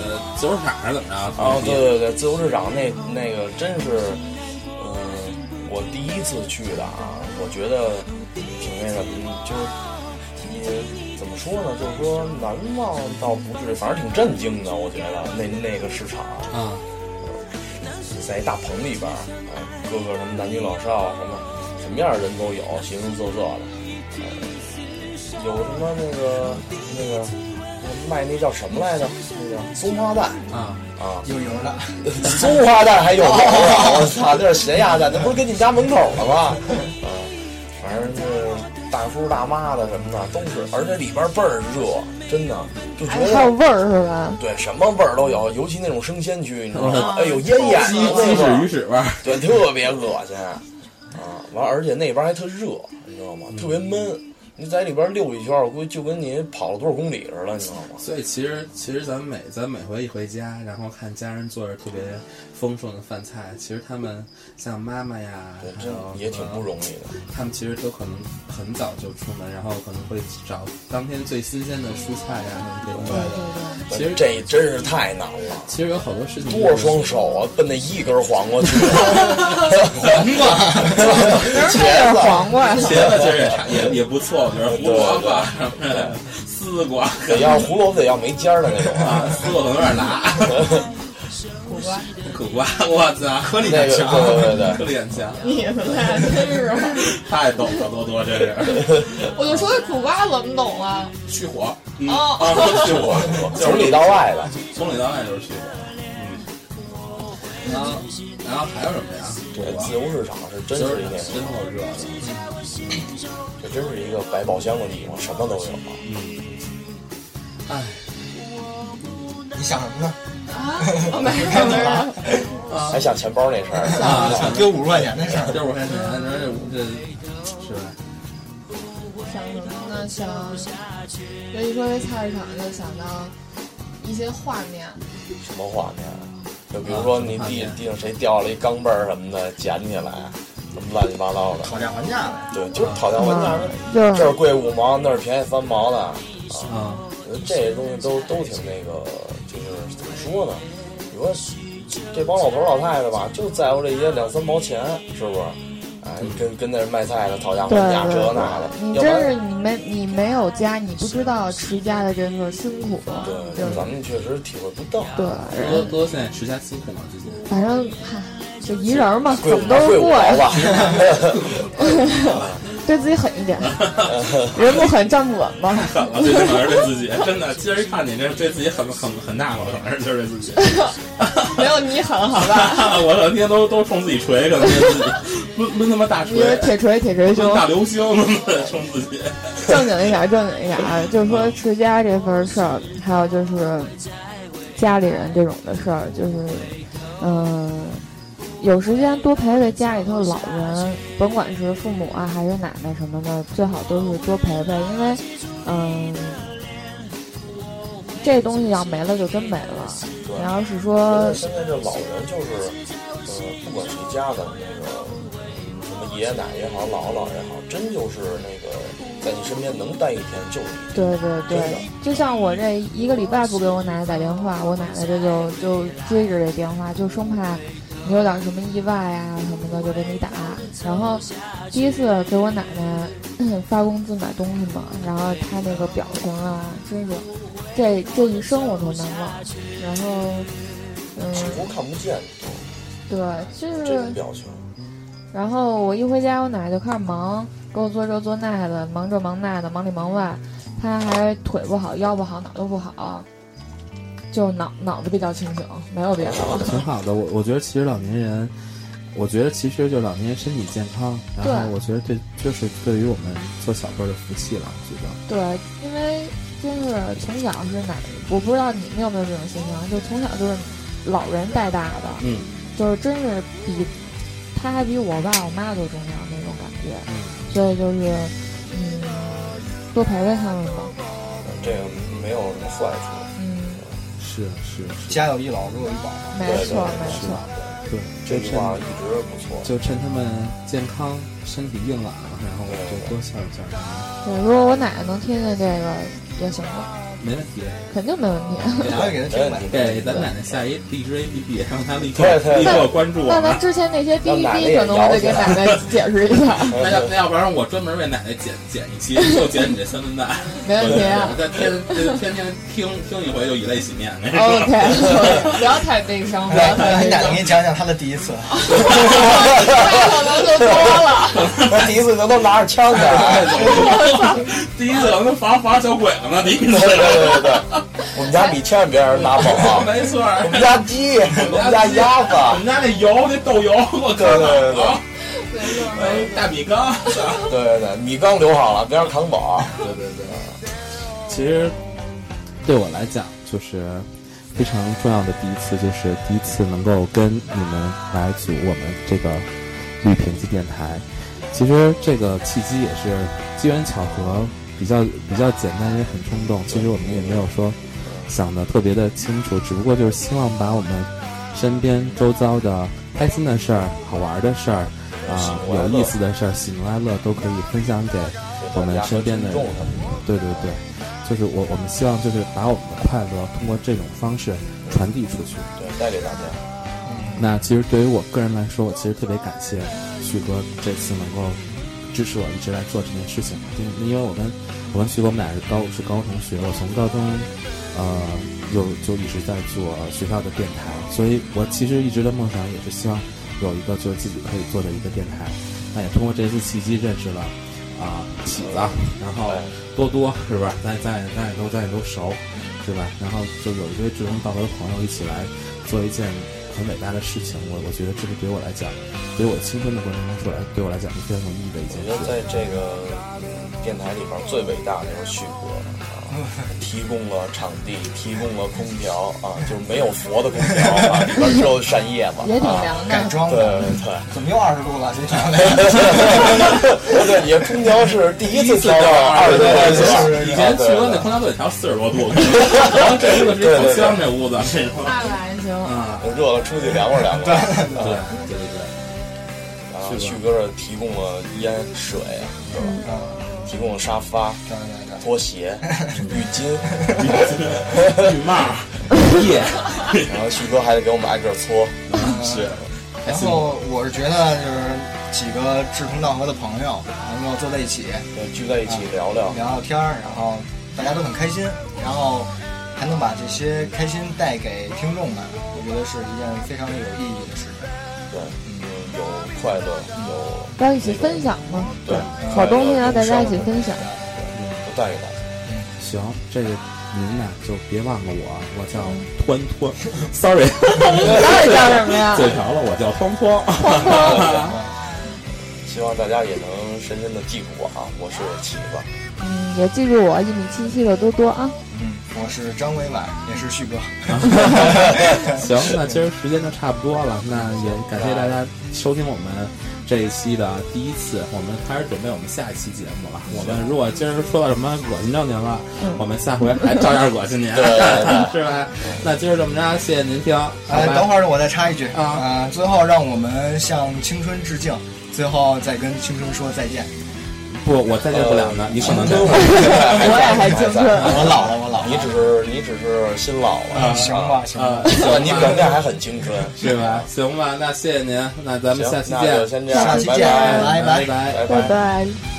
呃足球场上怎么着？
哦，对对对，自由市场那那个真是，嗯、我第一次去的啊，我觉得挺那什么，嗯就是也怎么说呢，就是说难忘倒不至于，反正挺震惊的，我觉得那那个市场
啊，
在一大棚里边儿，啊各个什么男女老少什么什么样的人都有，形形色色的，呃有什么那个那个那卖那叫什么来着？那个松花蛋
啊
啊。
有油的，
哦
松花蛋还有呢，我操，这是咸鸭蛋，这不是跟你们家门口了 吗？啊，反正是大叔大妈的什么的都是，而且里边倍儿热，真的就觉得。
味儿是吧？
对，什么味儿都有，尤其那种生鲜区，你知道吗？哎呦，烟眼
哦鸡
的
鸡
那味
屎鱼
儿，
屎味儿，
对，特别恶心啊！完，而且那边还特热，你知道
嗯
吗？特别闷，你在里边溜一圈，我估计就跟你跑了多少公里似的，你知道吗？
所以其实其实咱每咱每回一回家，然后看家人做着特别丰盛的饭菜，其实他们像妈妈呀，
对，
还
真
有
也挺不容易的。
他们其实都可能很早就出门，然后可能会找当天最新鲜的蔬菜呀，那
对
些。
对
其实
这真是太难了。
其实有好多事情
多少双手啊，奔那一根黄瓜去，
黄瓜，
对，其实那也是黄瓜，
茄子其实也 差也也不错，我觉得胡萝卜啊什么的，丝瓜
得要胡萝卜得要没尖儿的那种啊。
啊，丝瓜可能有点辣，
苦瓜，
苦瓜，我操，颗粒
那
感
个
强，
对对对
颗粒感强，
你们俩真是，
太懂了，多多这是
我就说这苦瓜怎么懂啊？
去火，嗯
哦
啊，去火，
从里到外的，
从里到外就是去火，嗯，然后然后还有什么呀？
这
苦瓜
自由市场是真
就是是
一那
真够热的，
这真是一个百宝箱的地方，什么都有啊。
哎。
你想什么呢？
啊，我没事没事。
还想钱包那事儿，
啊，
想丢五十块钱的事儿。
这我还是按照这这，是吧？
想什么呢？想，就一说这菜市场，就想到一些画面。
什么画面啊？就比如说你地
啊
地上谁掉了一钢镚儿什么的，捡起来，什么乱七八糟的。
讨价还价呗，
对，就是讨价还价，
嗯
就
这儿贵五毛，那儿便宜三毛的。
啊，
呃这些东西都都挺那个，就是怎么说呢？你说这帮老头老太太吧，就在乎这些两三毛钱，是不是？哎，跟跟那卖菜的讨价还价，这那的，
你
要不
真
然
是你没你没有家，你不知道持家的这个辛苦。
对，嗯咱们确实体会不到。
对，
嗯
多多现在持家辛苦吗？最近
反正嗨，就一人嘛，
贵
怎
五
么
毛
都
贵
是
五
嗯
贵。
毛吧，
对自己狠一点，人不狠站不稳嘛。
狠了，最起码是对自己，真的。今儿一看你这对自己很很很大方，反正就是对自己。
没有你狠，好 吧？
我整天都都冲自己锤，可能是自己抡抡他妈大
你为
锤，
铁锤铁锤
抡
兄，
大流星，冲自己。
正经一点，正经一点啊！就是说持家这份事儿，还有就是家里人这种的事儿，就是嗯、有时间多陪陪家里头老人，甭管是父母啊还是奶奶什么的，最好都是多陪陪，因为嗯、这东西要没了就真没了。你要是说
呃现在这老人就是，呃，不管谁家的那个，嗯什么爷爷奶奶也好，姥姥姥也好，真就是那个在你身边能待一天就是一天。
对对
真
对
的，
就像我这一个礼拜不给我奶奶打电话，我奶奶这就就追着这电话，就生怕你有点什么意外啊什么的就给你打。然后第一次给我奶奶发工资买东西嘛，然后她那个表情啊，真是这这一生我都难忘。然后，
几
嗯，
乎看不见
对，就
这
是
种表情，
然后我一回家，我奶就开始忙，给我做这做那的，忙这忙那的，忙里忙外。她还腿不好，腰不好，哪儿都不好，就脑脑子比较清醒，没有别的了。
挺好的。我我觉得其实老年人，我觉得其实就老年人身体健康，然后
对
我觉得这就是对于我们做小辈儿的福气了。我觉得
对，因为就是从小是奶，我不知道你们有没有这种现象，就从小就是老人带大的，
嗯，
就是真是比他还比我爸我妈都重要那种感觉，所以就是嗯，多陪陪他们吧，
这个没有什么坏处。
嗯，
是是是，
家有一老，如有一宝。
没
对
错
对
没错。
对，
这
就
句
趁
话一直不错。
就趁他们健康、身体硬朗，然后我就多孝顺孝顺他
对，如果我奶奶能听见这个也行吧，
们，没问题。
肯定没问题。
我会给他听呗。
给咱奶奶下一荔枝 APP，让她立刻
对对
立刻关注我
那
们
咱。之前那些哔
让奶
哔
奶
哔，
也
可能我得给奶奶解释一下，
那要那要不然我专门为奶奶剪剪一期，就剪你这三分蛋。
没问题啊。
咱天天天听听一回就以泪洗面。那种
OK，不要太悲伤，不要太
来，
悲
你奶奶
伤
给，你讲讲她的第一次，
太可能就多了。
她第一次都拿着枪的。
第一次可能防防小鬼子呢，第一次。
对对对对，我们家比千万别让人拿走啊！
没错儿，
我们家鸡，我们家鸭
我
子，
们家那油那豆油，我
对对对对
靠，哎，大米缸，
对对对，米缸留好了，别让扛走啊！
对对对，
其实对我来讲，就是非常重要的第一次，就是第一次能够跟你们来组我们这个绿瓶子电台。其实这个契机也是机缘巧合，比较比较简单，也很冲动。其实我们也没有说想的特别的清楚，只不过就是希望把我们身边周遭的开心的事儿、好玩的事儿。啊，有意思的事儿、喜怒哀乐都可以分享给我们身边的人
重。什么的。
对对对，就是我我们希望就是把我们的快乐通过这种方式传递出去。
对，带给大家。
那其实对于我个人来说，我其实特别感谢旭哥这次能够支持我一直来做这件事情，因为因为我跟我跟旭哥我们俩是高是高中同学，我从高中呃有就一直在做学校的电台，所以我其实一直的梦想也是希望有一个就是自己可以做的一个电台，那也通过这次契机认识了啊喜子，然后多多是不是？咱咱也咱也都咱也都熟，是吧？然后就有一堆志同道合的朋友一起来做一件很伟大的事情，我我觉得这是对我来讲，对我青春的过程中说来，对我来讲是非常有意义的一
我
件
觉得
事。
在这个嗯电台里边最伟大的就是旭哥啊，提供了场地，提供了空调啊，就是没有佛的空调啊，里边只有扇叶子。
也挺
啊，
凉
改
的，
装
对
的，
对对。
怎么又二十度了？这场
对对，你的空调是第一次调到二十多
对
度，
对对以前去过那空调都得调四十多 度，然后这屋子是一烤箱，这屋子这种
那个还行。
啊，
我热了出去凉快 凉快。
对对对
然后旭哥这提供了烟水，是吧？
嗯
提供了沙发、拖鞋、浴巾，
对，绿帽儿，耶，
然后旭哥还得给我们挨个搓，是。
然后我是觉得就是几个志同道合的朋友能够坐在一起
对聚在一起聊聊，
聊聊天儿，然后大家都很开心，然后还能把这些开心带给听众们，我觉得是一件非常有意义的事情。
对，嗯，有快乐，有
要一起分享嘛，
对
好东西啊呢，大家一起分享。
都带给大家。
行，这个您呢就别忘了我，我叫湍湍，sorry，
到底叫什么呀？
嘴瓢了，我叫湍湍。
希望大家也能深深的记住我啊！我是启子，
嗯，也记住我一米七七的多多啊。
嗯，我是张伟伟，也是旭哥。
行，那今儿时间就差不多了，那也感谢大家收听我们这一期的第一次，我们开始准备我们下一期节目了。我们如果今儿说到什么恶心着您了，我们下回还照样恶心您， 是吧？那今儿这么着，谢谢您听，
哎，
拜拜
等会儿我再插一句
啊
呃最后让我们向青春致敬，最后再跟青春说再见。
不，我再见不了呢，你可能就
我也
还青春
我老了，我老
你
了。嗯
只是你只是新老了，
行吧，行吧。
啊
呃，行吧
你肯定还很青春，
对吧？行吧，那谢谢您，那咱们
行
下期
那
见哎
就，先这样，
下期
拜
见
拜，
拜
拜
拜
拜。
拜
拜拜。